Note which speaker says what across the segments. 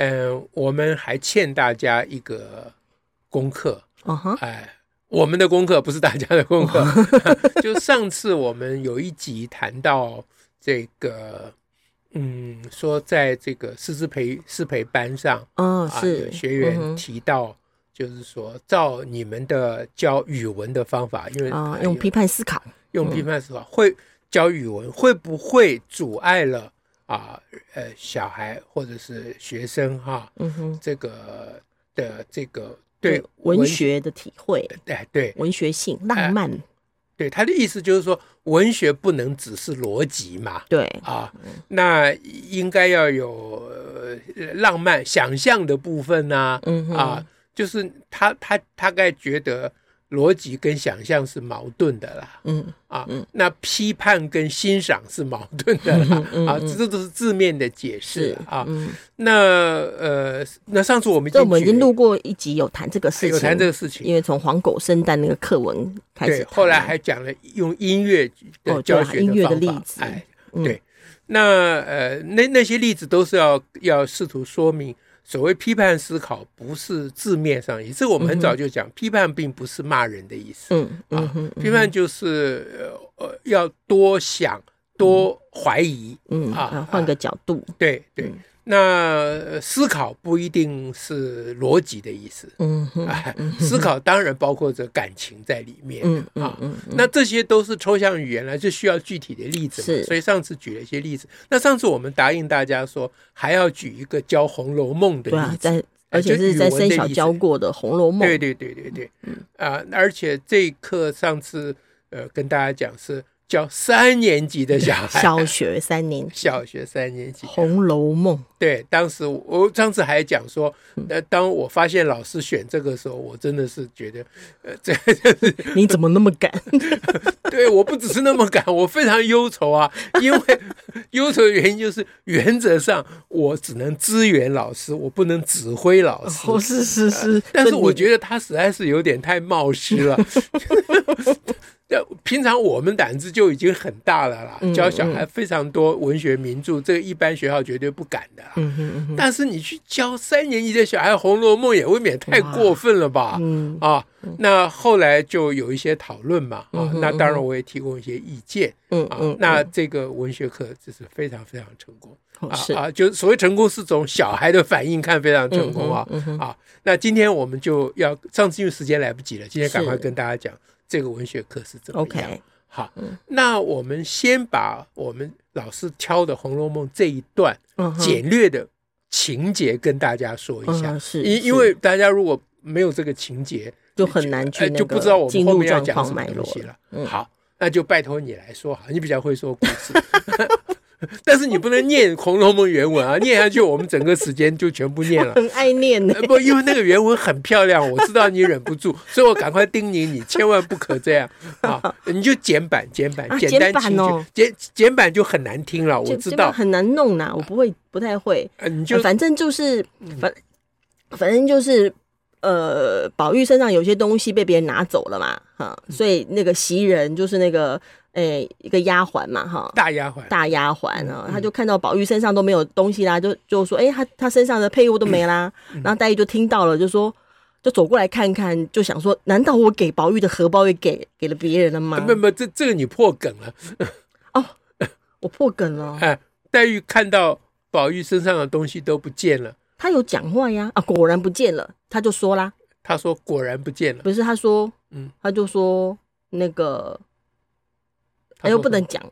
Speaker 1: 嗯，我们还欠大家一个功课。
Speaker 2: 哦哈，
Speaker 1: 哎，我们的功课不是大家的功课。 就上次我们有一集谈到这个，嗯，说在这个师资培师培班上
Speaker 2: 哦
Speaker 1: 啊，
Speaker 2: 是
Speaker 1: 有学
Speaker 2: 嗯
Speaker 1: 员
Speaker 2: 哼
Speaker 1: 提到，就是说照你们的教语文的方法，因为
Speaker 2: 啊、用嗯
Speaker 1: 呃有
Speaker 2: 批判思考，
Speaker 1: 用批判思考会教语文，会不会阻碍了啊呃小孩或者是学生哈、
Speaker 2: 嗯哼，
Speaker 1: 这个的这个对
Speaker 2: 文学的体会，
Speaker 1: 哎对哎
Speaker 2: 文学性、浪漫，
Speaker 1: 对，他的意思就是说文学不能只是逻辑嘛
Speaker 2: 对，
Speaker 1: 啊，
Speaker 2: 嗯
Speaker 1: 那应该要有、呃、浪漫想象的部分呐
Speaker 2: 嗯
Speaker 1: 啊
Speaker 2: 哼，
Speaker 1: 就是他他大概觉得逻辑跟想象是矛盾的啦。
Speaker 2: 嗯
Speaker 1: 啊，
Speaker 2: 嗯
Speaker 1: 那批判跟欣赏是矛盾的啦，啊，这都是字面的解释
Speaker 2: 嗯是
Speaker 1: 啊。
Speaker 2: 嗯，
Speaker 1: 那呃，那上次我们已
Speaker 2: 这
Speaker 1: 经
Speaker 2: 我们已经
Speaker 1: 举
Speaker 2: 录过一集有谈这个事
Speaker 1: 有
Speaker 2: 情，
Speaker 1: 谈这个事情，
Speaker 2: 因为从黄狗生蛋那个课文开始
Speaker 1: 对，
Speaker 2: 谈啊，
Speaker 1: 后来还讲了用音乐的
Speaker 2: 哦对啊
Speaker 1: 教学
Speaker 2: 音乐的
Speaker 1: 方法
Speaker 2: 例子
Speaker 1: 哎，
Speaker 2: 嗯
Speaker 1: 对，那呃，那那些例子都是要要试图说明，所谓批判思考不是字面上的意思，这我们很早就讲，批判并不是骂人的意思，
Speaker 2: 嗯嗯哼
Speaker 1: 批判就是呃呃要多想、多怀疑，
Speaker 2: 嗯
Speaker 1: 啊
Speaker 2: 啊，换个角度，
Speaker 1: 对对。那呃思考不一定是逻辑的意思，
Speaker 2: 嗯哼，
Speaker 1: 哎，思考当然包括着感情在里面，
Speaker 2: 嗯
Speaker 1: 啊
Speaker 2: 嗯嗯嗯，
Speaker 1: 那这些都是抽象语言了，就需要具体的例子嘛。
Speaker 2: 是
Speaker 1: 所以上次举了一些例子。那上次我们答应大家说，还要举一个教《红楼梦》的
Speaker 2: 对啊
Speaker 1: 例，子。
Speaker 2: 在而且是在生小教过的《红楼梦》，嗯
Speaker 1: 对对对对对，啊、而且这一课上次呃跟大家讲是教三年级的小孩，
Speaker 2: 小学三年，《
Speaker 1: 小学三年级。
Speaker 2: 红楼梦》
Speaker 1: 对，当时我我上次还讲说，
Speaker 2: 嗯
Speaker 1: 呃，当我发现老师选这个时候，我真的是觉得，呃，这
Speaker 2: 你怎么那么 敢？
Speaker 1: 对，我不只是那么赶，我非常忧 愁啊，因为 忧愁的原因就是原则上我只能支援老师，我不能指挥老师。
Speaker 2: 哦，是是是，
Speaker 1: 但是
Speaker 2: 所以
Speaker 1: 我
Speaker 2: 你
Speaker 1: 觉得他实在是有点太冒失 了。那平常我们胆子就已经很大了啦，
Speaker 2: 嗯
Speaker 1: 教小孩非常多文学名著，这个一般学校绝对不敢的啦。
Speaker 2: 嗯哼嗯哼
Speaker 1: 但是你去教三年级的小孩《红楼梦》，也未免太过分了吧？
Speaker 2: 嗯
Speaker 1: 啊，那后来就有一些讨论嘛，啊
Speaker 2: 嗯，哼
Speaker 1: 那当然我也提供一些意见
Speaker 2: 嗯
Speaker 1: 啊
Speaker 2: 嗯，。
Speaker 1: 那
Speaker 2: 嗯
Speaker 1: 这个文学课就是非常非常成功
Speaker 2: 哦
Speaker 1: 啊
Speaker 2: 是
Speaker 1: 啊，就是所谓成功是从小孩的反应看非常成功啊
Speaker 2: 嗯哼嗯哼
Speaker 1: 啊。那今天我们就要上次因为时间来不及了，今天
Speaker 2: 是
Speaker 1: 赶快跟大家讲这个文学课是怎么
Speaker 2: 嗯
Speaker 1: 样。
Speaker 2: OK，嗯
Speaker 1: 好，那我们先把我们老师挑的《红楼梦》这一段
Speaker 2: 嗯哼
Speaker 1: 简略的情节跟大家说一下
Speaker 2: 嗯，是
Speaker 1: 因
Speaker 2: 是
Speaker 1: 因为大家如果没有这个情节，
Speaker 2: 就很难去
Speaker 1: 呃
Speaker 2: 那个
Speaker 1: 就不知道我
Speaker 2: 进
Speaker 1: 们后
Speaker 2: 入
Speaker 1: 面要
Speaker 2: 状
Speaker 1: 讲什
Speaker 2: 况
Speaker 1: 么
Speaker 2: 脉
Speaker 1: 东
Speaker 2: 络
Speaker 1: 西
Speaker 2: 了
Speaker 1: 了。
Speaker 2: 嗯
Speaker 1: 好，那就拜托你来说好，你比较会说故事， 但是你不能念《红楼梦》原文啊，念下去我们整个时间就全部念了。
Speaker 2: 很爱念呢
Speaker 1: 呃。不，因为那个原文很漂亮，我知道你忍不住，所以我赶快叮咛你，千万不可这样啊！你就简版，简版，
Speaker 2: 啊
Speaker 1: 简单
Speaker 2: 简版
Speaker 1: 清楚
Speaker 2: 哦，
Speaker 1: 简简版就很难听了，我
Speaker 2: 就
Speaker 1: 知
Speaker 2: 这
Speaker 1: 道
Speaker 2: 边。很难弄啦，我不会，不太会。
Speaker 1: 呃你就嗯
Speaker 2: 反正就是反反正就是呃，宝玉身上有些东西被别人拿走了嘛，哈，
Speaker 1: 嗯
Speaker 2: 所以那个袭人就是那个诶、一个丫鬟嘛，哈。
Speaker 1: 大丫鬟，
Speaker 2: 大丫鬟
Speaker 1: 嗯
Speaker 2: 啊，她就看到宝玉身上都没有东西啦，就就说：“哎、她她身上的配物都没啦。
Speaker 1: 嗯
Speaker 2: 然后黛玉就听到了，就说：“就走过来看看，就想说，难道我给宝玉的荷包也给给了别人了吗
Speaker 1: 没没，这这个你破梗了。？”
Speaker 2: 我破梗了，
Speaker 1: 哎，黛玉看到宝玉身上的东西都不见了，
Speaker 2: 她有讲话呀，啊，果然不见了，她就说啦，
Speaker 1: 她说果然不见了。
Speaker 2: 不是，他说，
Speaker 1: 嗯
Speaker 2: 嗯，他就说那个，
Speaker 1: 她
Speaker 2: 哎
Speaker 1: 说
Speaker 2: 呦，不能讲。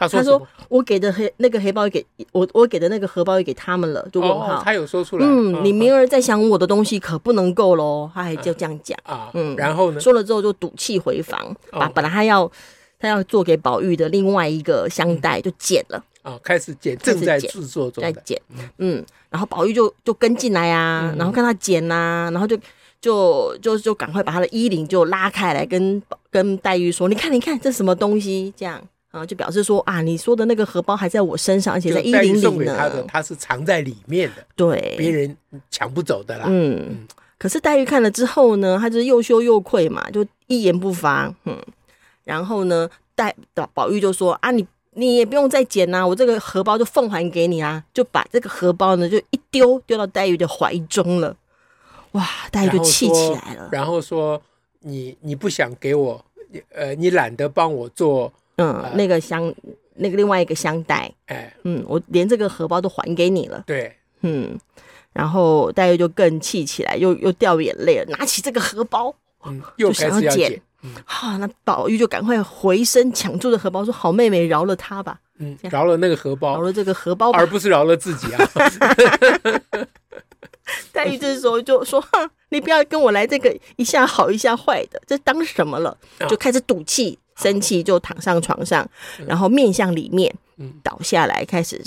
Speaker 1: 她说
Speaker 2: 他
Speaker 1: 什么
Speaker 2: 说我给的黑那个黑包也给我，我给的那个荷包也给他们了，就问
Speaker 1: 哦，
Speaker 2: 号。
Speaker 1: 她有说出来。哦
Speaker 2: 嗯，你明
Speaker 1: 有
Speaker 2: 儿再想我的东西可不能够喽。他还就这样讲，
Speaker 1: 啊？
Speaker 2: 嗯
Speaker 1: 然后呢？
Speaker 2: 说了之后就赌气回房，
Speaker 1: 哦嗯
Speaker 2: 把本来他要他要做给宝玉的另外一个香袋就剪了，
Speaker 1: 啊，开始剪，
Speaker 2: 开始
Speaker 1: 正在
Speaker 2: 剪
Speaker 1: 制作中
Speaker 2: 在
Speaker 1: 的，
Speaker 2: 剪，嗯，然后宝玉就就跟进来呀、啊，
Speaker 1: 嗯
Speaker 2: 然后看他剪呐、然后就就就就赶快把他的衣领就拉开来跟，跟黛玉说，你看你看这什么东西，这样啊，就表示说啊，你说的那个荷包还在我身上，而且
Speaker 1: 就
Speaker 2: 在衣
Speaker 1: 黛玉
Speaker 2: 领
Speaker 1: 送
Speaker 2: 里
Speaker 1: 给他的，
Speaker 2: 呢，
Speaker 1: 他是藏在里面的，别
Speaker 2: 对，
Speaker 1: 人抢不走的啦。
Speaker 2: 嗯，可是黛玉看了之后呢，她就是又羞又愧嘛，就一言不发，嗯，然后呢，黛宝宝玉就说啊，你你也不用再捡啦、我这个荷包就奉还给你啦、啊就把这个荷包呢就一丢丢到黛玉的怀中了，哇，黛玉
Speaker 1: 然
Speaker 2: 就
Speaker 1: 后
Speaker 2: 气起
Speaker 1: 说
Speaker 2: 来了，
Speaker 1: 然后说你你不想给我，你呃，你懒得帮我做，
Speaker 2: 嗯，
Speaker 1: 啊
Speaker 2: 那个香，那个另外一个香袋，
Speaker 1: 哎，
Speaker 2: 嗯，我连这个荷包都还给你了。
Speaker 1: 对，
Speaker 2: 嗯，然后黛玉就更气起来，又又掉眼泪了，拿起这个荷包，
Speaker 1: 嗯，又
Speaker 2: 就
Speaker 1: 开
Speaker 2: 想
Speaker 1: 始
Speaker 2: 要
Speaker 1: 要
Speaker 2: 剪
Speaker 1: 剪，
Speaker 2: 哈、啊那宝玉就赶快回身抢住了荷包，说：“好妹妹，饶了他吧，
Speaker 1: 嗯
Speaker 2: 这，样
Speaker 1: 饶了那个荷
Speaker 2: 饶
Speaker 1: 包，
Speaker 2: 了这个荷包吧”
Speaker 1: 而。不是饶了自己啊。
Speaker 2: 黛玉这时候就说：“哼，你不要跟我来这个一下好一下坏的，这当什么了？”
Speaker 1: 啊
Speaker 2: 就开始赌气、生气，就躺上床上，然后面向里面
Speaker 1: 嗯
Speaker 2: 倒下来，开始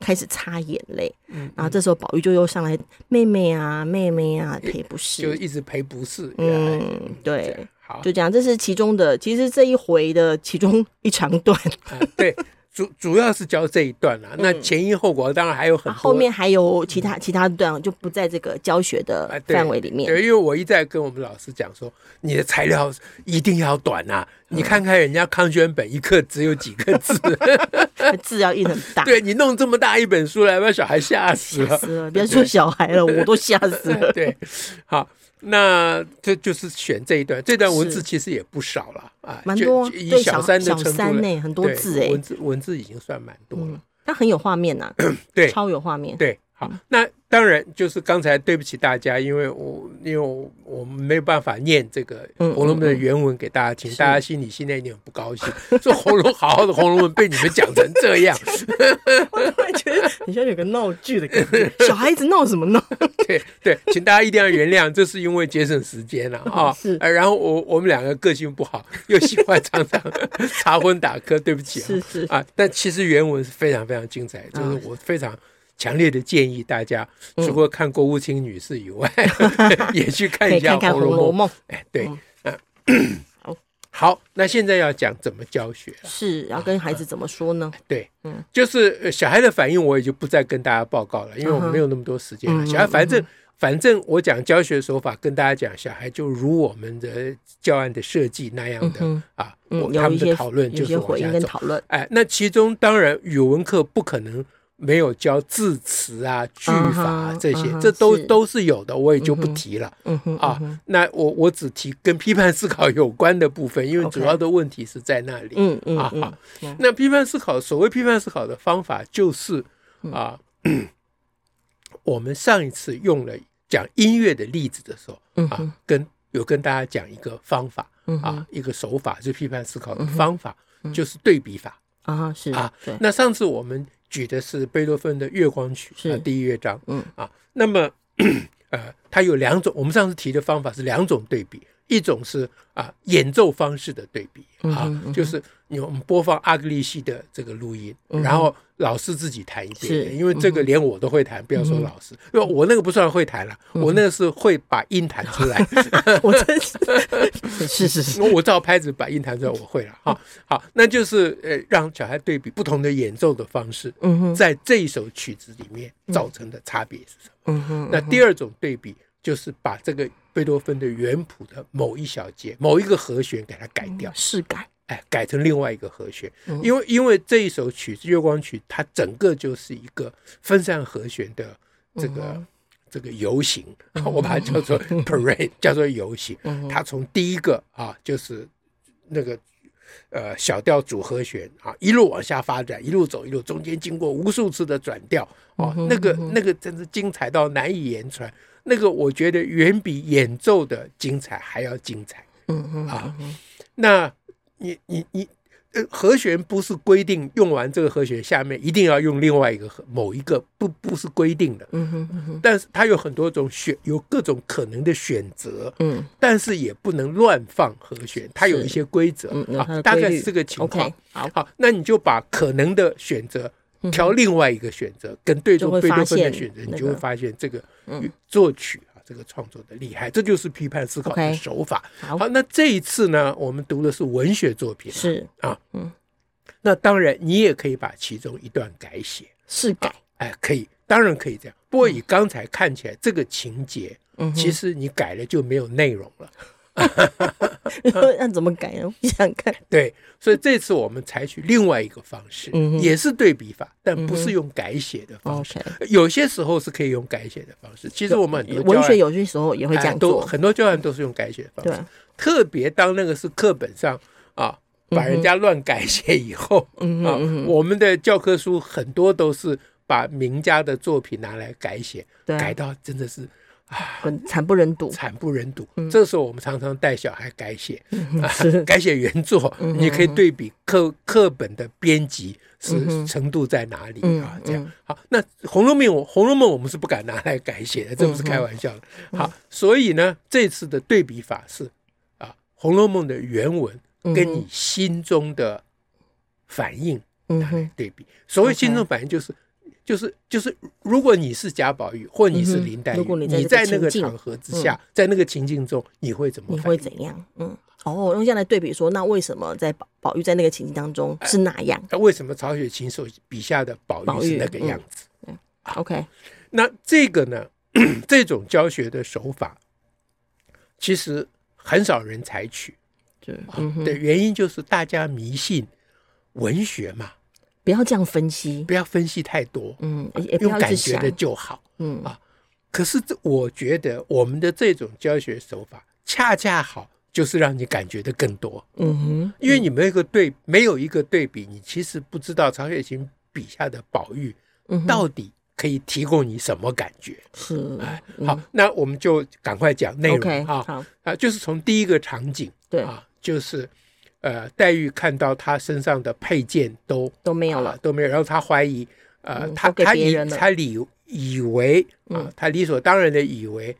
Speaker 2: 开始擦眼泪。
Speaker 1: 嗯，
Speaker 2: 然后这时候宝玉就又上来：“妹妹啊，妹妹啊，
Speaker 1: 嗯
Speaker 2: 赔不。
Speaker 1: 就是一直赔不是，”哎
Speaker 2: 嗯，
Speaker 1: 这
Speaker 2: 对
Speaker 1: 样，好，
Speaker 2: 就这样，这是其中的，其实这一回的其中一长段，
Speaker 1: 啊对，主主要是教这一段啦。那前因后果当然还有很多，
Speaker 2: 嗯啊后面还有其他其他段就不在这个教学
Speaker 1: 啊
Speaker 2: 的
Speaker 1: 对
Speaker 2: 范围里面。
Speaker 1: 对，因为我一再跟我们老师讲说，你的材料一定要短啊！
Speaker 2: 嗯
Speaker 1: 你看看人家康轩本一克只有几 个字，
Speaker 2: 字要印很大，
Speaker 1: 对你弄这么大一本书来，把小孩吓死
Speaker 2: 吓
Speaker 1: 了。
Speaker 2: 死了！别说小孩了，我都吓死了。
Speaker 1: 对，好，那这就是选这一段，这段文字
Speaker 2: 是
Speaker 1: 其实也不少了啊，
Speaker 2: 蛮
Speaker 1: 就
Speaker 2: 多啊
Speaker 1: 就以
Speaker 2: 对
Speaker 1: 小
Speaker 2: 小
Speaker 1: 三的
Speaker 2: 小
Speaker 1: 程度
Speaker 2: 三
Speaker 1: 来
Speaker 2: 呢很多
Speaker 1: 对
Speaker 2: 字哎
Speaker 1: 文字文字已经算蛮多了
Speaker 2: 嗯。，他很有画面呐，
Speaker 1: 对
Speaker 2: 超有画面。
Speaker 1: 对，好，
Speaker 2: 嗯
Speaker 1: 那当然就是刚才对不起大家，因为我因为我我们没有办法念这个
Speaker 2: 嗯
Speaker 1: 《红楼梦》的
Speaker 2: 嗯嗯
Speaker 1: 原文给大家听，
Speaker 2: 是
Speaker 1: 大家心里现在一定很不高兴，说《红楼》好好的《红楼梦》被你们讲成这 样，
Speaker 2: 我突然 觉得你像有个闹剧的感 觉，小孩子闹什么闹？
Speaker 1: 对对，请大家一定要原谅，这是因为节省时间了啊。
Speaker 2: 嗯是
Speaker 1: 呃然后我我们两个个性不好，又喜欢常常 插荤打科，对不起啊。
Speaker 2: 是是，
Speaker 1: 啊，但其实原文是非常非常精彩，就
Speaker 2: 啊
Speaker 1: 是我非常强烈的建议大家，
Speaker 2: 嗯
Speaker 1: 除了看郭务清女士以 外，也去看
Speaker 2: 可
Speaker 1: 一
Speaker 2: 以
Speaker 1: 下
Speaker 2: 看
Speaker 1: 《
Speaker 2: 看《
Speaker 1: 红楼
Speaker 2: 红楼
Speaker 1: 梦》。
Speaker 2: 梦》。
Speaker 1: 哎，对
Speaker 2: 嗯，
Speaker 1: 嗯
Speaker 2: 好，
Speaker 1: 好，那现在要讲怎么教学了。
Speaker 2: 是，要跟孩子怎么说呢？
Speaker 1: 对，
Speaker 2: 嗯
Speaker 1: 就是呃小孩的反应，我也就不再跟大家报告了，因为我
Speaker 2: 嗯
Speaker 1: 们
Speaker 2: 哼
Speaker 1: 没有那么多时间了。
Speaker 2: 嗯
Speaker 1: 小孩反正反正我讲教学手法，跟大家讲，小孩就如我们的教案的设计那样
Speaker 2: 嗯
Speaker 1: 的、
Speaker 2: 哼，
Speaker 1: 啊，我
Speaker 2: 嗯，
Speaker 1: 他
Speaker 2: 有一
Speaker 1: 们的
Speaker 2: 些
Speaker 1: 讨论
Speaker 2: 有
Speaker 1: 就
Speaker 2: 一些
Speaker 1: 是往
Speaker 2: 回应
Speaker 1: 下
Speaker 2: 跟
Speaker 1: 走。
Speaker 2: 讨论。
Speaker 1: 哎，那其中当然语文课不可能没有教字词啊、句法、啊
Speaker 2: 嗯、哼
Speaker 1: 这些
Speaker 2: 嗯，哼
Speaker 1: 这都
Speaker 2: 是
Speaker 1: 都是有的，我也就不
Speaker 2: 嗯哼
Speaker 1: 提了。
Speaker 2: 嗯哼
Speaker 1: 啊，那我我只提跟批判思考有关的部分，因为
Speaker 2: OK
Speaker 1: 主要的问题是在那里。
Speaker 2: 嗯嗯
Speaker 1: 啊
Speaker 2: 嗯
Speaker 1: 好
Speaker 2: 嗯
Speaker 1: 那批判思考，所谓批判思考的方法就是
Speaker 2: 嗯
Speaker 1: 啊， 我们上一次用了讲音乐的例子的时候
Speaker 2: 嗯
Speaker 1: 啊
Speaker 2: 哼，
Speaker 1: 跟有跟大家讲一个方法
Speaker 2: 嗯哼
Speaker 1: 啊，一个手法是批判思考的方法，
Speaker 2: 嗯
Speaker 1: 就是对比法。
Speaker 2: 啊，是
Speaker 1: 啊
Speaker 2: 对，
Speaker 1: 那上次我们举的是贝多芬的《月光曲》
Speaker 2: 是
Speaker 1: 啊，第一乐章，
Speaker 2: 嗯
Speaker 1: 啊，那么 呃，它有两种，我们上次提的方法是两种对比，一种是啊演奏方式的对比
Speaker 2: 嗯
Speaker 1: 啊
Speaker 2: 哼嗯，哼
Speaker 1: 就是你我们播放阿格利西的这个录音，
Speaker 2: 嗯哼
Speaker 1: 然后老师自己弹一
Speaker 2: 是嗯
Speaker 1: 遍，因为这个连我都会弹，不要说老师，因为我那个不算会弹了，
Speaker 2: 嗯
Speaker 1: 我那个是会把音弹出来，
Speaker 2: 我真是 是是是，
Speaker 1: 我照拍子把音弹出来，我会了哈。好，那就是呃让小孩对比不同的演奏的方式，
Speaker 2: 嗯哼
Speaker 1: 在这一首曲子里面造成的差别是什么？
Speaker 2: 嗯哼，
Speaker 1: 那第二种对比就是把这个贝多芬的原谱的某一小节、某一个和弦给它改掉，
Speaker 2: 是感。
Speaker 1: 哎，改成另外一个和弦
Speaker 2: 嗯。
Speaker 1: 因为因为这一首曲子《月光曲》，它整个就是一个分散和弦的这个。这个游行， 我把它叫做 parade，叫 做游行。它从第一个啊，就是那个呃小调主和弦啊，一路往下发展，一路走，一路中间经过无数次的转调，哦，那个那个真是精彩到难以言传，那个我觉得远比演奏的精彩还要精彩。
Speaker 2: 嗯哼
Speaker 1: 啊，那你你你，呃，和弦不是规定用完这个和弦下面一定要用另外一个和某一个，不不是规定的，
Speaker 2: 嗯哼嗯哼，
Speaker 1: 但是它有很多种选，有各种可能的选择，
Speaker 2: 嗯
Speaker 1: 但是也不能乱放和弦，它有一些规则
Speaker 2: 嗯，有它
Speaker 1: 啊，
Speaker 2: 的
Speaker 1: 大
Speaker 2: 规
Speaker 1: 概
Speaker 2: 律
Speaker 1: 是这个情况
Speaker 2: OK，。好，
Speaker 1: 好，那你就把可能的选择
Speaker 2: 嗯哼
Speaker 1: 挑另外一个选择，跟对
Speaker 2: 就
Speaker 1: 中
Speaker 2: 会
Speaker 1: 贝多
Speaker 2: 发
Speaker 1: 芬的
Speaker 2: 现
Speaker 1: 选择，你
Speaker 2: 那
Speaker 1: 就会
Speaker 2: 个
Speaker 1: 发现这个
Speaker 2: 嗯
Speaker 1: 作曲啊，这个创作的厉害，这就是批判思考的
Speaker 2: OK
Speaker 1: 手法。
Speaker 2: 好，
Speaker 1: 好，那这一次呢，我们读的是文学作品，啊
Speaker 2: 是
Speaker 1: 那当然你也可以把其中一段改写，
Speaker 2: 是改，
Speaker 1: 哎，可以，当然可以这样。不过以刚才看起来这个情节，
Speaker 2: 嗯嗯哼，
Speaker 1: 其实你改了就没有内容了。
Speaker 2: 那怎么改呢？你想看，
Speaker 1: 对，所以这次我们采取另外一个方式，
Speaker 2: 嗯哼
Speaker 1: 也是对比法，但
Speaker 2: 嗯哼
Speaker 1: 不是用改写的方式。
Speaker 2: OK，
Speaker 1: 有些时候是可以用改写的方式。其实我们很多
Speaker 2: 文
Speaker 1: 教案
Speaker 2: 学有些时候也会这
Speaker 1: 哎
Speaker 2: 样
Speaker 1: 都
Speaker 2: 做，
Speaker 1: 很多教哎案都是用改写的方
Speaker 2: 对
Speaker 1: 式
Speaker 2: 吧，
Speaker 1: 特别当那个是课本上啊，把人家乱改写以后、
Speaker 2: 嗯
Speaker 1: 啊
Speaker 2: 哼嗯，哼，
Speaker 1: 我们的教科书很多都是把名家的作品拿来改写，
Speaker 2: 对啊
Speaker 1: 改，到真的是
Speaker 2: 很惨不忍睹，
Speaker 1: 惨不忍睹。
Speaker 2: 嗯
Speaker 1: 这时候我们常常带小孩改写，啊
Speaker 2: 是
Speaker 1: 改写原作，
Speaker 2: 嗯哼
Speaker 1: 你可以对比课课本的编辑
Speaker 2: 嗯
Speaker 1: 是
Speaker 2: 哼
Speaker 1: 程度在哪里
Speaker 2: 嗯
Speaker 1: 啊？这样
Speaker 2: 嗯
Speaker 1: 好。那《红楼梦》我《红楼梦》我们是不敢拿来改写的，这不是
Speaker 2: 嗯哼
Speaker 1: 开玩笑的。好，所以呢，这次的对比法是啊，《红楼梦》的原文跟你心中的反应
Speaker 2: 嗯
Speaker 1: 拿来
Speaker 2: 哼，
Speaker 1: 对比。所谓
Speaker 2: OK
Speaker 1: 心中反应就是。就是就是，如果你是贾宝玉或你是
Speaker 2: 嗯哼
Speaker 1: 林黛玉，
Speaker 2: 如果你在
Speaker 1: 你
Speaker 2: 这个
Speaker 1: 在那个
Speaker 2: 情境嗯
Speaker 1: 场合之下，在那个情境中，你会怎么
Speaker 2: 你
Speaker 1: 反
Speaker 2: 会
Speaker 1: 应
Speaker 2: 怎样？嗯，哦，用这样来对比说，那为什么在宝宝玉在那个情境当中
Speaker 1: 哎
Speaker 2: 是那样
Speaker 1: 那为什么曹雪芹手笔下的宝
Speaker 2: 宝
Speaker 1: 玉是
Speaker 2: 玉嗯
Speaker 1: 那个样子？
Speaker 2: ？OK，
Speaker 1: 那这个呢， 这种教学的手法，其实很少人采取
Speaker 2: 就
Speaker 1: 啊
Speaker 2: 嗯哼，
Speaker 1: 的原因就是大家迷信文学嘛，
Speaker 2: 不要这样分析，
Speaker 1: 不要分析太多，
Speaker 2: 嗯，也也不
Speaker 1: 用
Speaker 2: 要一
Speaker 1: 感
Speaker 2: 直
Speaker 1: 觉
Speaker 2: 想
Speaker 1: 的，就好。
Speaker 2: 嗯
Speaker 1: 啊可是这我觉得我们的这种教学手法，恰恰好就是让你感觉的更多。
Speaker 2: 嗯哼，
Speaker 1: 因为你没有一个对，没有一个对比，你其实不知道曹雪芹笔下的宝玉
Speaker 2: 嗯哼
Speaker 1: 到底可以提供你什么感觉。
Speaker 2: 是
Speaker 1: 哎，
Speaker 2: 嗯
Speaker 1: 好，那我们就赶快讲内
Speaker 2: ，OK，
Speaker 1: 容啊
Speaker 2: 好，
Speaker 1: 啊，就是从第一个场景
Speaker 2: 对，
Speaker 1: 啊，就是呃，黛玉看到她身上的配件都
Speaker 2: 都没有
Speaker 1: 啊
Speaker 2: 了，
Speaker 1: 都没有，然后她怀疑，呃，
Speaker 2: 嗯
Speaker 1: 她
Speaker 2: 都给
Speaker 1: 她
Speaker 2: 别
Speaker 1: 以
Speaker 2: 人了
Speaker 1: 她以以为啊
Speaker 2: 嗯，
Speaker 1: 她理所当然的以为。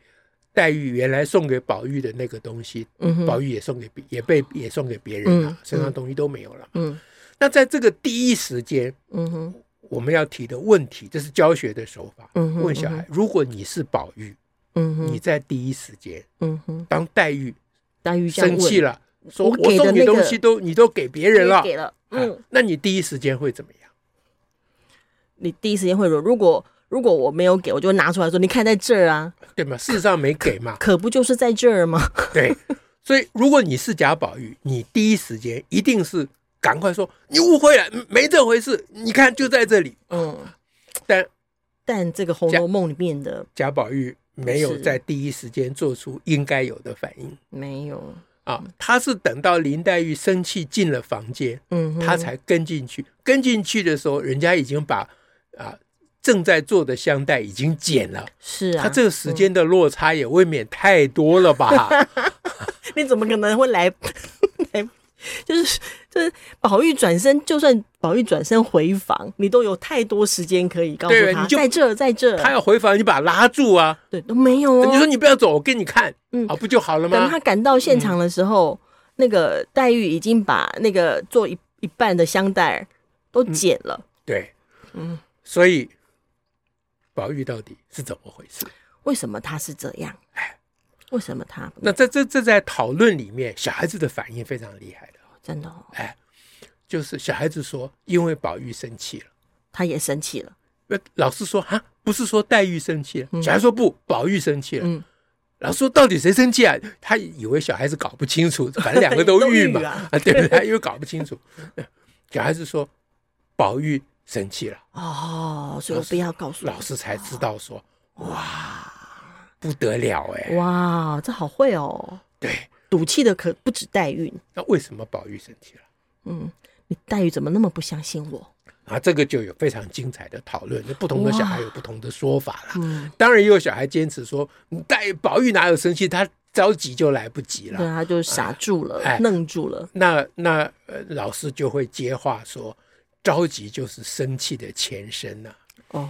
Speaker 1: 黛玉原来送给宝玉的那个东西，
Speaker 2: 嗯哼，
Speaker 1: 宝玉也送给别，也被也送给别人了，
Speaker 2: 嗯
Speaker 1: 身上东西都没有了。
Speaker 2: 嗯
Speaker 1: 那在这个第一时间，
Speaker 2: 嗯哼，
Speaker 1: 我们要提的问题，这是教学的手法。
Speaker 2: 嗯哼
Speaker 1: 问小孩，如果你是宝玉，
Speaker 2: 嗯哼，
Speaker 1: 你在第一时间，
Speaker 2: 嗯哼，
Speaker 1: 当黛玉
Speaker 2: 黛玉这样
Speaker 1: 生气
Speaker 2: 问，
Speaker 1: 了，说
Speaker 2: 我给的
Speaker 1: 送你
Speaker 2: 那个
Speaker 1: 东西都你都给别人了，
Speaker 2: 给了，
Speaker 1: 嗯、
Speaker 2: 嗯，
Speaker 1: 那你第一时间会怎么样？
Speaker 2: 你第一时间会说，如果如果我没有给，我就拿出来说，你看在这儿啊，，
Speaker 1: 对吗？事实上没给嘛
Speaker 2: 可不就是在这儿吗？
Speaker 1: 对。所以如果你是贾宝玉，你第一时间一定是赶快说你误会了，嗯没这回事，你看就在这里。
Speaker 2: 嗯，
Speaker 1: 但
Speaker 2: 但这个《红
Speaker 1: 这
Speaker 2: 楼梦》里面的
Speaker 1: 贾宝玉没有
Speaker 2: 是
Speaker 1: 在第一时间做出应该有的反应
Speaker 2: 没有，
Speaker 1: 啊，他是等到林黛玉生气进了房间，
Speaker 2: 嗯哼，
Speaker 1: 他才跟进去。跟进去的时候，人家已经把啊正在做的香袋已经剪了，
Speaker 2: 是啊，
Speaker 1: 他这个时间的落差也未免太多了 吧？
Speaker 2: 你怎么可能会来 来？就是就是，宝玉转身，就算宝玉转身回房，你都有太多时间可以告诉
Speaker 1: 对
Speaker 2: 他，
Speaker 1: 你就
Speaker 2: 在这，在这，
Speaker 1: 他要回房，你把他拉住啊！
Speaker 2: 对，都没有哦。
Speaker 1: 你说你不要走，我给你看，
Speaker 2: 嗯
Speaker 1: 啊，不就好了
Speaker 2: 等
Speaker 1: 吗嗯
Speaker 2: 他？赶到现场的时候，那个黛玉已经把那个做一一半的香袋儿都剪了。
Speaker 1: 对，
Speaker 2: 嗯，
Speaker 1: 所以宝玉到底是怎么回事？
Speaker 2: 为什么他是这样？为什么他
Speaker 1: 那这这这在讨论里面，小孩子的反应非常厉害的，
Speaker 2: 真的、哦、
Speaker 1: 就是小孩子说，因为宝玉生气了。
Speaker 2: 他也生气了？
Speaker 1: 呃，老师说哈，不是说黛玉生气了，
Speaker 2: 嗯
Speaker 1: 小孩说不，宝玉生气了。
Speaker 2: 嗯
Speaker 1: 老师说到底谁生气啊？他以为小孩子搞不 清楚，反正两个都
Speaker 2: 都
Speaker 1: 郁
Speaker 2: 郁
Speaker 1: 嘛，
Speaker 2: 啊
Speaker 1: 对不对？因为搞不清楚， 小孩子说宝玉生气了，
Speaker 2: 哦，所以我不要告诉
Speaker 1: 老师才知道说哇不得了哎、
Speaker 2: 你。哇，这好会哦！
Speaker 1: 对，
Speaker 2: 赌气的可不止黛玉，
Speaker 1: 那为什么宝玉生气了？
Speaker 2: 嗯，你黛玉怎么那么不相信我？
Speaker 1: 啊，这个就有非常精彩的讨论，不同的小孩有不同的说法啦。
Speaker 2: 嗯，
Speaker 1: 当然也有小孩坚持说，你黛宝玉哪有生气，他着急就来不及
Speaker 2: 对，啊
Speaker 1: 了。
Speaker 2: 他就傻住了，
Speaker 1: 哎
Speaker 2: 愣住了。
Speaker 1: 那那、呃、老师就会接话说，着急就是生气的前身呐、
Speaker 2: 哦，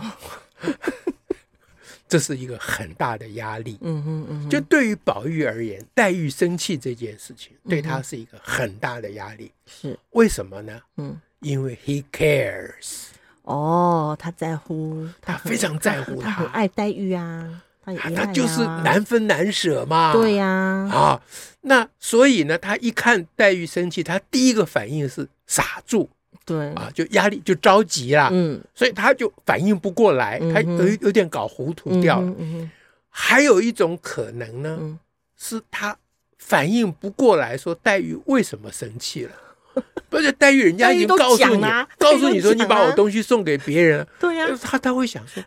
Speaker 1: 这是一个很大的压力。
Speaker 2: 嗯哼嗯哼，
Speaker 1: 就对于宝玉而言，黛玉生气这件事情对他是一个很大的压力。
Speaker 2: 嗯是
Speaker 1: 为什么呢？
Speaker 2: 嗯
Speaker 1: 因为 he cares，
Speaker 2: 哦，他在乎，
Speaker 1: 他非常在乎
Speaker 2: 他很
Speaker 1: 他，
Speaker 2: 爱黛玉啊，他也
Speaker 1: 啊
Speaker 2: 依赖
Speaker 1: 他
Speaker 2: 啊
Speaker 1: 就是难分难舍嘛。
Speaker 2: 对呀、
Speaker 1: 啊，那所以呢，他一看黛玉生气，他第一个反应是傻住
Speaker 2: 对，
Speaker 1: 啊，就压力就着急啦，
Speaker 2: 嗯，
Speaker 1: 所以他就反应不过来，他
Speaker 2: 嗯哼
Speaker 1: 有有点搞糊涂掉了。
Speaker 2: 嗯哼
Speaker 1: 还有一种可能呢，
Speaker 2: 嗯
Speaker 1: 是他反应不过来，说黛玉为什么生气了。 不是黛玉，人家已 经
Speaker 2: 黛玉都
Speaker 1: 告诉
Speaker 2: 讲
Speaker 1: 你，
Speaker 2: 啦
Speaker 1: 告诉
Speaker 2: 黛
Speaker 1: 你说
Speaker 2: 玉都
Speaker 1: 你
Speaker 2: 讲
Speaker 1: 把我
Speaker 2: 啦
Speaker 1: 东西送给别人了，
Speaker 2: 对啊呀、
Speaker 1: 他他会想说，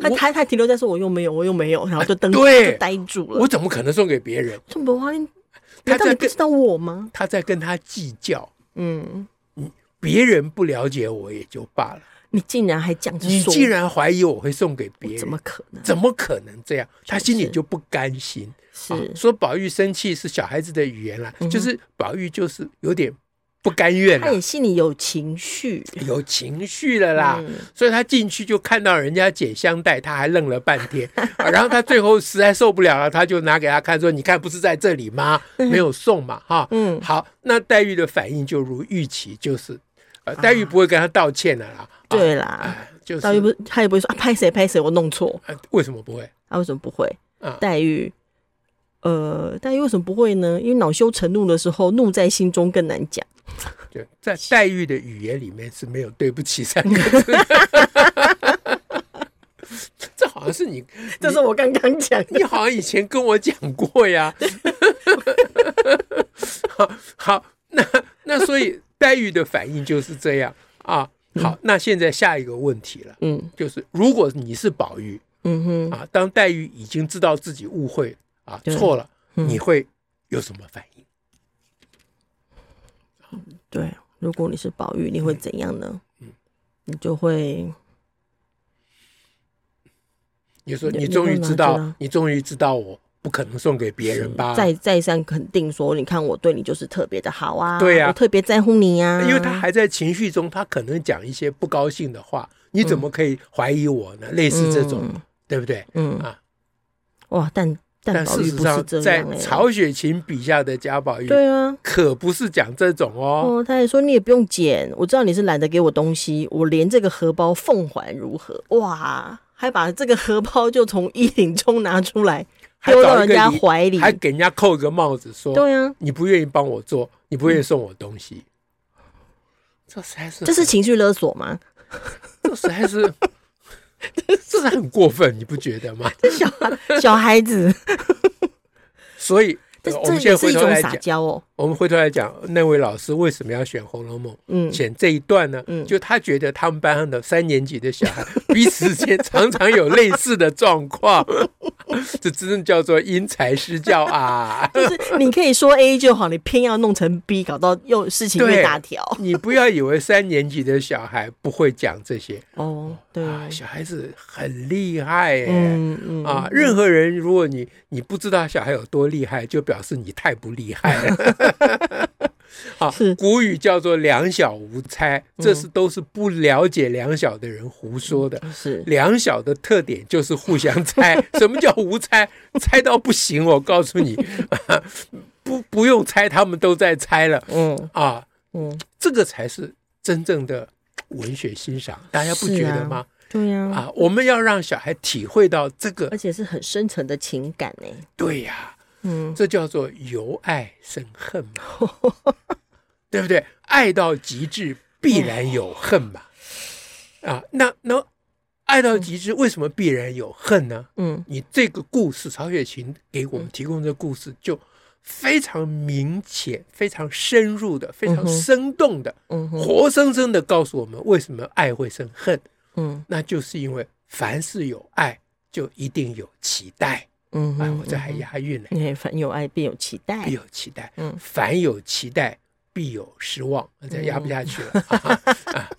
Speaker 2: 他
Speaker 1: 呃我
Speaker 2: 他他停留在说我又没有，我又没有，然后就登
Speaker 1: 对
Speaker 2: 就呆住了
Speaker 1: 我。怎么可能送给别人？
Speaker 2: 宋博华，你
Speaker 1: 他
Speaker 2: 难道
Speaker 1: 在
Speaker 2: 你不
Speaker 1: 跟
Speaker 2: 知道我吗？
Speaker 1: 他在跟他计较，
Speaker 2: 嗯，
Speaker 1: 别人不了解我也就罢了，
Speaker 2: 你竟然还讲着
Speaker 1: 你
Speaker 2: 说，
Speaker 1: 既然怀疑我会送给别
Speaker 2: 我
Speaker 1: 人，
Speaker 2: 怎么可能？
Speaker 1: 怎么可能这样？他心里
Speaker 2: 是
Speaker 1: 就不甘心。
Speaker 2: 是、
Speaker 1: 啊说宝玉生气是小孩子的语言啦，
Speaker 2: 嗯哼哎
Speaker 1: 就是宝玉就是有点不甘愿啦
Speaker 2: 他，也心里有情绪
Speaker 1: 有情绪了啦。
Speaker 2: 嗯
Speaker 1: 所以他进去就看到人家剪香袋，他还愣了半 天，啊然后他最后实在受不了了，他就拿给他看说：“你看，不是在这里吗？没有送嘛，哈。”
Speaker 2: 嗯
Speaker 1: 好，那黛玉的反应就如预期，就是，呃，黛玉不会跟他道歉的啦。啊，
Speaker 2: 啊对啦，
Speaker 1: 哎就是
Speaker 2: 他又不他也不会说啊拍谁拍谁，我弄错，
Speaker 1: 呃为什么不会？
Speaker 2: 他为什么不会？
Speaker 1: 啊
Speaker 2: 黛玉，呃，黛玉为什么不会呢？因为恼羞成怒的时候，怒在心中更难讲。
Speaker 1: 就在黛玉的语言里面是没有“对不起”三个 字。这好像是你，
Speaker 2: 这是我刚刚讲的，
Speaker 1: 你好像以前跟我讲过呀。 好，好，那那所以黛玉的反应就是这样啊。好，那现在下一个问题了，
Speaker 2: 嗯
Speaker 1: 就是如果你是宝玉
Speaker 2: 嗯哼，
Speaker 1: 啊，当黛玉已经知道自己误会啊
Speaker 2: 对
Speaker 1: 错了，
Speaker 2: 嗯
Speaker 1: 你会有什么反应？
Speaker 2: 对。如果你是宝玉，你
Speaker 1: 嗯
Speaker 2: 会怎样呢？你就会
Speaker 1: 你说
Speaker 2: 你
Speaker 1: 你终于
Speaker 2: 你会吗
Speaker 1: 知
Speaker 2: 知
Speaker 1: 道
Speaker 2: 道，
Speaker 1: 你终于知道我不可能送给别人吧？
Speaker 2: 嗯再再三肯定说，你看我对你就是特别的好啊，
Speaker 1: 对呀
Speaker 2: 我特别在乎你啊呀、
Speaker 1: 因为他还在情绪中，他可能讲一些不高兴的话，你怎么可以怀疑我呢？类似这种，对不对？
Speaker 2: 嗯，嗯
Speaker 1: 啊，
Speaker 2: 哇，但但
Speaker 1: 但
Speaker 2: 宝
Speaker 1: 事
Speaker 2: 玉
Speaker 1: 实
Speaker 2: 不是
Speaker 1: 上，
Speaker 2: 这
Speaker 1: 在
Speaker 2: 样、欸，
Speaker 1: 曹雪芹笔下的贾宝玉
Speaker 2: 对啊，
Speaker 1: 可不是讲这种哦。
Speaker 2: 哦，他也说你也不用剪，我知道你是懒得给我东西，我连这个荷包奉还如何？哇，还把这个荷包就从衣领中拿出来
Speaker 1: 还
Speaker 2: 丢
Speaker 1: 找
Speaker 2: 到
Speaker 1: 一
Speaker 2: 人
Speaker 1: 个
Speaker 2: 家
Speaker 1: 理
Speaker 2: 怀里，
Speaker 1: 还给人家扣一个帽子说，
Speaker 2: 对啊，
Speaker 1: 你不愿意帮我做，你不愿意送我东西，这实在是
Speaker 2: 这是情绪勒索吗？
Speaker 1: 这实在 是这是很过分，你不觉得吗？
Speaker 2: 这小孩小孩 子，
Speaker 1: 所以
Speaker 2: 这
Speaker 1: 呃我
Speaker 2: 这
Speaker 1: 们现在
Speaker 2: 也是
Speaker 1: 回
Speaker 2: 一
Speaker 1: 头
Speaker 2: 种
Speaker 1: 来
Speaker 2: 撒
Speaker 1: 讲，
Speaker 2: 娇哦。
Speaker 1: 我们回头来讲那位老师为什么要选《红楼梦》。
Speaker 2: 嗯，
Speaker 1: 选这一段呢，
Speaker 2: 嗯
Speaker 1: 就他觉得他们班上的三年级的小孩 彼此之间常常有类似的状况， 这真正叫做因材施教啊！
Speaker 2: 就是你可以说 A 就好，你偏要弄成 B，搞到又事情
Speaker 1: 对
Speaker 2: 越大条。
Speaker 1: 你不要以为三年级的小孩不会讲这些
Speaker 2: 哦，对，
Speaker 1: 啊，小孩子很厉害耶、
Speaker 2: 嗯嗯
Speaker 1: 啊，任何人，如果你你不知道小孩有多厉害，就表示你太不厉害了。 啊
Speaker 2: 是，嗯
Speaker 1: 古语叫做“两小无猜”，这是都是不了解两小的人胡说的。
Speaker 2: 是
Speaker 1: 两小的特点就是互相 猜，什么叫无猜？猜到不行，我告诉你，不不用猜，他们都在猜了
Speaker 2: 嗯
Speaker 1: 啊！
Speaker 2: 嗯，
Speaker 1: 这个才是真正的文学欣赏，大家不
Speaker 2: 是啊嗯
Speaker 1: 觉得吗？
Speaker 2: 对呀、
Speaker 1: 啊，我们要让小孩体会到这个
Speaker 2: 而，且是很深层的情感呢、
Speaker 1: 对呀、
Speaker 2: 嗯，
Speaker 1: 这叫做由爱生恨嘛， 对不对？爱到极致必然有恨嘛，
Speaker 2: 哦
Speaker 1: 啊，那那爱到极致为什么必然有恨呢？
Speaker 2: 嗯
Speaker 1: 你这个故事，曹雪芹给我们提供的故事，就非常明显、非常深入的、非常
Speaker 2: 嗯哼
Speaker 1: 生动的、
Speaker 2: 嗯哼
Speaker 1: 活生生的告诉我们，为什么爱会生恨，
Speaker 2: 嗯
Speaker 1: 那就是因为凡是有爱，就一定有期待。
Speaker 2: 嗯
Speaker 1: 哎，
Speaker 2: 哼，
Speaker 1: 我这哎还押韵呢，
Speaker 2: 哎，凡有爱便有期待
Speaker 1: 必。有期待。
Speaker 2: 嗯
Speaker 1: 凡有期待，必有失望。这压不下去了、
Speaker 2: 嗯
Speaker 1: 啊！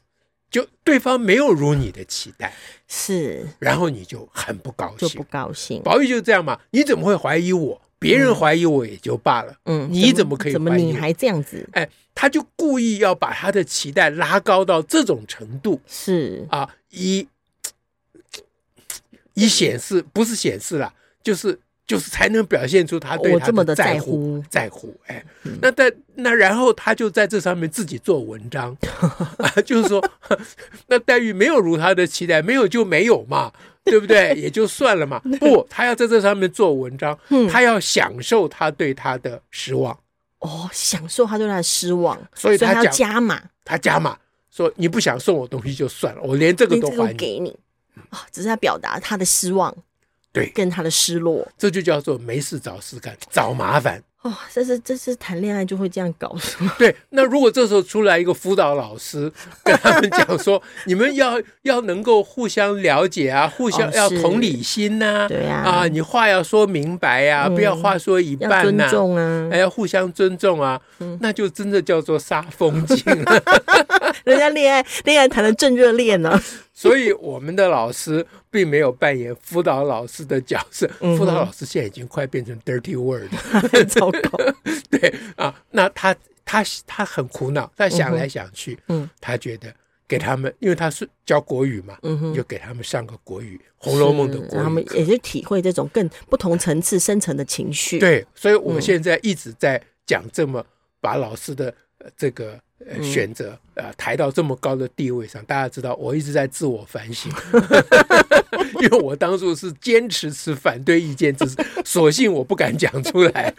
Speaker 1: 就对方没有如你的期待，
Speaker 2: 是
Speaker 1: 然后你就很不高
Speaker 2: 就
Speaker 1: 兴
Speaker 2: 不。高兴。
Speaker 1: 宝玉就这样嘛，你怎么会怀疑我？别人怀疑我也就罢了，
Speaker 2: 嗯
Speaker 1: 你怎么可以
Speaker 2: 怎么
Speaker 1: 怀疑
Speaker 2: 你
Speaker 1: 我
Speaker 2: 还这样子？
Speaker 1: 哎，他就故意要把他的期待拉高到这种程度
Speaker 2: 是
Speaker 1: 啊，以以显示不是显示啦，就是就是才能表现出他对
Speaker 2: 我
Speaker 1: 他
Speaker 2: 这么的
Speaker 1: 在
Speaker 2: 在乎嗯
Speaker 1: 在乎。哎，那在那然后他就在这上面自己做文 章啊，就是说， 那黛玉没有如他的期待，没有就没有嘛，对不对？也就算 了嘛。不，他要在这上面做文章，
Speaker 2: 嗯
Speaker 1: 他要享受他对他的失望，
Speaker 2: 哦，享受他对他的失望，
Speaker 1: 所以
Speaker 2: 所以
Speaker 1: 他
Speaker 2: 他要
Speaker 1: 讲
Speaker 2: 加码，
Speaker 1: 他加码说你不想送我东西就算了，我连这个
Speaker 2: 你
Speaker 1: 都
Speaker 2: 这个
Speaker 1: 还
Speaker 2: 我
Speaker 1: 你，
Speaker 2: 给你啊，只是他表达他的失望，
Speaker 1: 对
Speaker 2: 跟他的失落。
Speaker 1: 这就叫做没事找事干，找麻烦。
Speaker 2: 哦，这是这是谈恋爱就会这样搞是 吗？
Speaker 1: 对，那如果这时候出来一个辅导老师，跟他们讲说，你们要要能够互相了解啊，互相
Speaker 2: 哦
Speaker 1: 要
Speaker 2: 是
Speaker 1: 同理心呐、
Speaker 2: 对呀、
Speaker 1: 啊，你话要说明白呀、
Speaker 2: 嗯
Speaker 1: 不要话说一
Speaker 2: 要
Speaker 1: 半哎
Speaker 2: 尊
Speaker 1: 呐、
Speaker 2: 重嗯啊，
Speaker 1: 还要互相尊重啊，那就真的叫做煞风景了。
Speaker 2: 人家恋爱恋爱谈的正热烈 呢。
Speaker 1: 所以我们的老师并没有扮演辅导老师的角色，
Speaker 2: 嗯哼
Speaker 1: 辅导老师现在已经快变成 dirty word 了。
Speaker 2: 糟 糕，
Speaker 1: 对啊，那他他他很苦恼，他想来想去，
Speaker 2: 嗯
Speaker 1: 他觉得给他们，因为他是教国语嘛，
Speaker 2: 嗯哼嗯
Speaker 1: 就给他们上个国语《红楼梦》的
Speaker 2: 是
Speaker 1: 国
Speaker 2: 让他们
Speaker 1: 语课。
Speaker 2: 也就体会这种更不同层次、深层的情绪。，
Speaker 1: 对，所以
Speaker 2: 嗯
Speaker 1: 我现在一直在讲这么把老师的、呃这个。呃，
Speaker 2: 嗯
Speaker 1: 选择呃抬到这么高的地位上，大家知道我一直在自我反 省，因为我当初是坚持持反对意见，只是索性我不敢讲出来。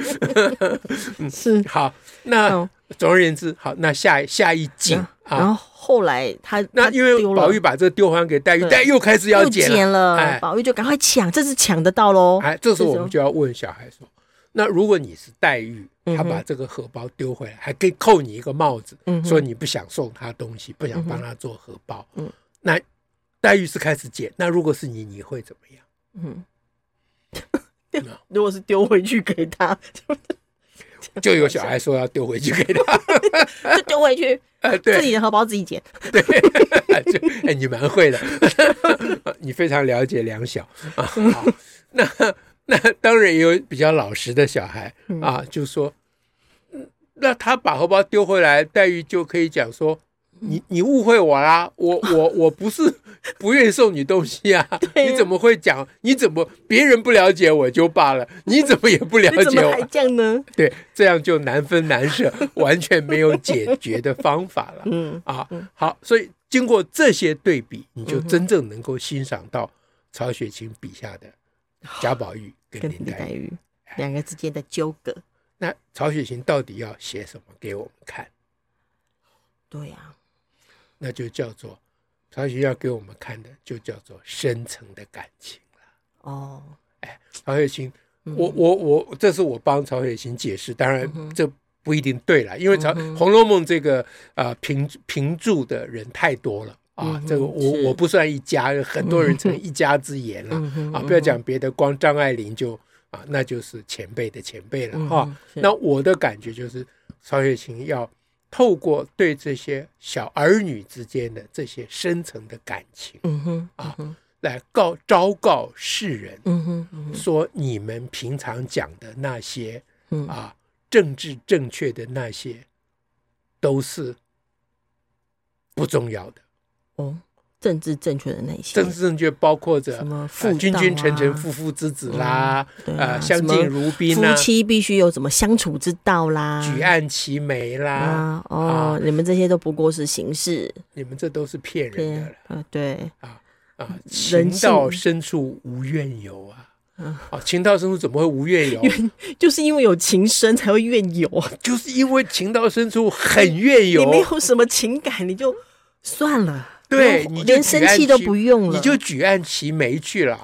Speaker 2: 是。
Speaker 1: 好，那
Speaker 2: 嗯
Speaker 1: 总而言之，好，那下下一景啊，
Speaker 2: 然后后来他他
Speaker 1: 那因为
Speaker 2: 丢了
Speaker 1: 宝玉把这个丢还给黛玉，
Speaker 2: 对
Speaker 1: 黛玉又开始要
Speaker 2: 又
Speaker 1: 捡
Speaker 2: 捡了，
Speaker 1: 哎
Speaker 2: 宝玉就赶快抢，这次抢得到喽。
Speaker 1: 哎，这时
Speaker 2: 这
Speaker 1: 候
Speaker 2: 时候
Speaker 1: 我们就要问小孩
Speaker 2: 嗯
Speaker 1: 说：那如果你是黛玉，
Speaker 2: 嗯哼
Speaker 1: 他把这个荷包丢回来，还可以扣你一个帽子，
Speaker 2: 嗯哼
Speaker 1: 说你不想送他东西，不想帮他做荷包。
Speaker 2: 嗯
Speaker 1: 那黛玉是开始捡，那如果是你，你会怎么样？
Speaker 2: 嗯， 如果是丢回去给他，
Speaker 1: 就有小孩说要丢回去给他，
Speaker 2: 就丢回去，
Speaker 1: 哎
Speaker 2: 自
Speaker 1: 对
Speaker 2: 己的荷包自己捡。
Speaker 1: 对，就哎，你蛮会的， 你非常了解两小啊。好那那当然也有比较老实的小孩
Speaker 2: 嗯
Speaker 1: 啊，就说，嗯那他把荷包丢回来，黛玉就可以讲说。你你误会我啦，我我我不是不愿意送你东西啊，
Speaker 2: 对啊
Speaker 1: 你怎么会讲？你怎么别人不了解我就罢了，你怎么也不了
Speaker 2: 你怎
Speaker 1: 解
Speaker 2: 么
Speaker 1: 我
Speaker 2: 还？这样呢？
Speaker 1: 对，这样就难分难舍，完全没有解决的方法了。
Speaker 2: 嗯，
Speaker 1: 啊，好，所以经过这些对比，你就真正能够欣赏到曹雪芹笔下的贾宝玉跟
Speaker 2: 跟
Speaker 1: 林
Speaker 2: 李
Speaker 1: 黛
Speaker 2: 黛
Speaker 1: 玉。
Speaker 2: 玉两个之间的纠葛。
Speaker 1: 那曹雪芹到底要写什么给我们看？
Speaker 2: 对啊呀、
Speaker 1: 那就叫做曹雪芹要给我们看的，就叫做深层的感情了。
Speaker 2: 哦，
Speaker 1: 曹雪芹，
Speaker 2: 嗯
Speaker 1: 我我我，这是我帮曹雪芹解释，当然
Speaker 2: 嗯哼
Speaker 1: 这不一定对了，因为曹
Speaker 2: 嗯哼
Speaker 1: 《红楼梦》这个呃评评注的人太多了。
Speaker 2: 嗯
Speaker 1: 啊，
Speaker 2: 哼
Speaker 1: 这个我
Speaker 2: 是
Speaker 1: 我不算一家，很 多人成一家之言了。
Speaker 2: 嗯哼
Speaker 1: 啊，不要讲别的，光张爱玲就啊，那就是前辈的前辈了哈、
Speaker 2: 嗯是
Speaker 1: 那我的感觉就是，曹雪芹要透过对这些小儿女之间的这些深层的感情，
Speaker 2: 嗯哼，
Speaker 1: 啊来告昭告世人，
Speaker 2: 嗯哼，嗯哼，
Speaker 1: 说你们平常讲的那些
Speaker 2: 嗯
Speaker 1: 啊，政治正确的那些，都是不重要的。
Speaker 2: 哦，政治正确的那些，
Speaker 1: 政治正确包括着
Speaker 2: 什么
Speaker 1: 呃
Speaker 2: 妇
Speaker 1: 君
Speaker 2: 道
Speaker 1: 君臣臣，
Speaker 2: 啊
Speaker 1: 父父子子啦，
Speaker 2: 对啊
Speaker 1: 呃，相
Speaker 2: 什么
Speaker 1: 敬如宾
Speaker 2: 夫
Speaker 1: 啦，
Speaker 2: 妻必须有怎么相处之道啦，
Speaker 1: 举案齐眉啦，
Speaker 2: 啊，
Speaker 1: 啊
Speaker 2: 哦，你们这些都不过是形式，
Speaker 1: 你们这都是骗人
Speaker 2: 对
Speaker 1: 的了，
Speaker 2: 啊，对，嗯
Speaker 1: 啊！情
Speaker 2: 人性
Speaker 1: 到深处无怨尤啊！
Speaker 2: 嗯
Speaker 1: 啊，情到深处怎么会无怨尤？
Speaker 2: 就是因为有情深才会怨尤啊，
Speaker 1: 就是因为情到深处很怨
Speaker 2: 你
Speaker 1: 尤，
Speaker 2: 没有什么情感，你就算了，
Speaker 1: 对，
Speaker 2: 你
Speaker 1: 你
Speaker 2: 就
Speaker 1: 就
Speaker 2: 连
Speaker 1: 举
Speaker 2: 生
Speaker 1: 案
Speaker 2: 气都
Speaker 1: 齐
Speaker 2: 不用了，
Speaker 1: 你就举案齐眉 去了。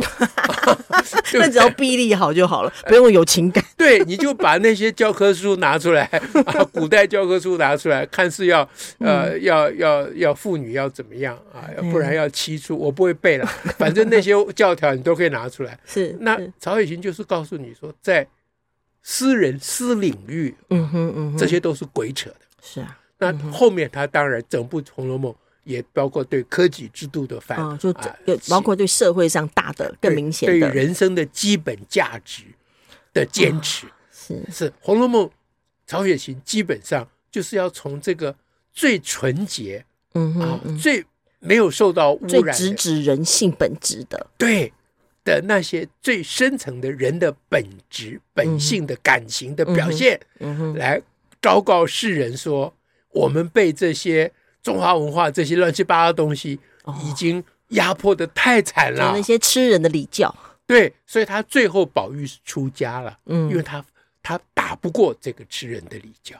Speaker 1: 对
Speaker 2: 那只要 臂力好就好了，不用有情感，
Speaker 1: 对，你就把那些教科书拿出来啊，古代教科书拿出来，看是要呃
Speaker 2: 嗯
Speaker 1: 要要要妇女要怎么样啊，要不然要七处，我不会背 了，反正那些教条你都可以拿出来。
Speaker 2: 是
Speaker 1: 那
Speaker 2: 是
Speaker 1: 曹雪芹就是告诉你说，在私人私领域，
Speaker 2: 嗯哼嗯哼，
Speaker 1: 这些都是鬼扯的。
Speaker 2: 是啊，
Speaker 1: 那后面他当然整部《红楼梦》也包括对科举制度的反
Speaker 2: 啊，就
Speaker 1: 啊
Speaker 2: 有包括对社会上大的更
Speaker 1: 对
Speaker 2: 明显
Speaker 1: 对于
Speaker 2: 的，
Speaker 1: 人生的基本价值的坚持。
Speaker 2: 是
Speaker 1: 是《红楼梦》，曹雪芹基本上就是要从这个最纯洁
Speaker 2: 嗯
Speaker 1: 啊
Speaker 2: 哼，嗯，
Speaker 1: 最没有受到污
Speaker 2: 最
Speaker 1: 染
Speaker 2: 直
Speaker 1: 的，
Speaker 2: 指人性本质的，
Speaker 1: 对的那些最深层的人的本质、本性的感情的表现，
Speaker 2: 嗯哼，
Speaker 1: 来昭告世人说，我们被这些中华文化这些乱七八糟东西
Speaker 2: 哦
Speaker 1: 已经压迫的太惨
Speaker 2: 就
Speaker 1: 了
Speaker 2: 那。些吃人的礼教，
Speaker 1: 对，所以他最后宝玉出家了，因
Speaker 2: 嗯，
Speaker 1: 为他他打不过这个吃人的礼教，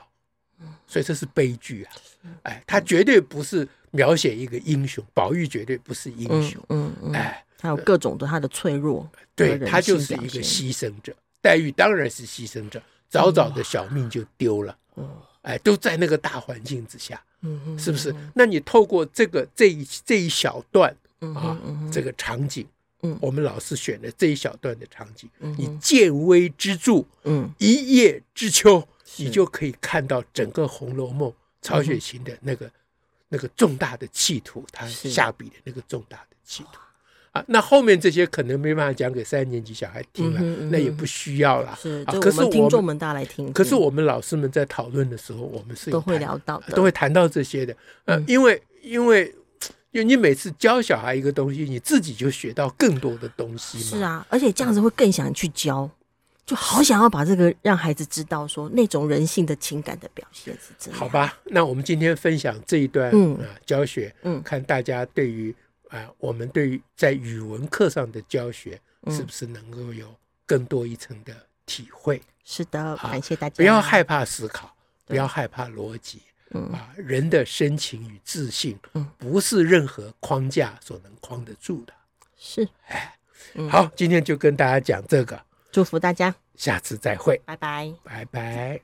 Speaker 2: 嗯
Speaker 1: 所以这是悲剧啊！哎，他绝对不是描写一个英雄，宝玉绝对不是英
Speaker 2: 嗯
Speaker 1: 雄，
Speaker 2: 嗯嗯，
Speaker 1: 哎，
Speaker 2: 还有各种的他的脆弱，
Speaker 1: 对
Speaker 2: 人
Speaker 1: 他就
Speaker 2: 性
Speaker 1: 是
Speaker 2: 表
Speaker 1: 一个
Speaker 2: 现
Speaker 1: 牺牲者。黛玉当然是牺牲者，早早的小命就丢了，
Speaker 2: 嗯哦
Speaker 1: 哎，都在那个大环境之下，
Speaker 2: 嗯哼，
Speaker 1: 是不是？那你透过这个这一这一小段
Speaker 2: 嗯
Speaker 1: 啊
Speaker 2: 哼，嗯哼，
Speaker 1: 这个场景
Speaker 2: 嗯，
Speaker 1: 我们老师选的这一小段的场景，
Speaker 2: 嗯
Speaker 1: 你
Speaker 2: 哼
Speaker 1: 见微知著，
Speaker 2: 嗯
Speaker 1: 一叶知秋，
Speaker 2: 是
Speaker 1: 你就可以看到整个《红楼梦》曹雪芹的那个、那个重大的企图，他
Speaker 2: 是
Speaker 1: 下笔的那个重大的企图啊。那后面这些可能没办法讲给三年级小孩听了，
Speaker 2: 嗯哼嗯哼
Speaker 1: 那也不需要了。
Speaker 2: 是，
Speaker 1: 啊
Speaker 2: 就
Speaker 1: 可
Speaker 2: 我
Speaker 1: 是我
Speaker 2: 们听众
Speaker 1: 们
Speaker 2: 们大家来听，
Speaker 1: 可是我们老师们在讨论的时候，我们是有
Speaker 2: 都会
Speaker 1: 谈
Speaker 2: 聊到的，
Speaker 1: 都会谈到这些的。呃，
Speaker 2: 嗯
Speaker 1: 因为因为因为你每次教小孩一个东西，你自己就学到更多的东西嘛。
Speaker 2: 是啊，而且这样子会更想去教，就好想要把这个让孩子知道说那种人性的情感的表现是这样。
Speaker 1: 好，吧，那我们今天分享这一段
Speaker 2: 嗯
Speaker 1: 啊、教学，
Speaker 2: 嗯
Speaker 1: 看大家对于啊、我们对于在语文课上的教学
Speaker 2: 嗯
Speaker 1: 是不是能够有更多一层的体会？
Speaker 2: 是的，
Speaker 1: 好
Speaker 2: 感谢大家，
Speaker 1: 不要害怕思考，
Speaker 2: 对
Speaker 1: 不要害怕逻辑
Speaker 2: 嗯
Speaker 1: 啊、人的深情与自信
Speaker 2: 嗯，
Speaker 1: 不是任何框架所能框得住的。
Speaker 2: 是
Speaker 1: 哎
Speaker 2: 嗯
Speaker 1: 好，今天就跟大家讲这个，
Speaker 2: 祝福大家，
Speaker 1: 下次再会，
Speaker 2: 拜拜。
Speaker 1: 拜拜。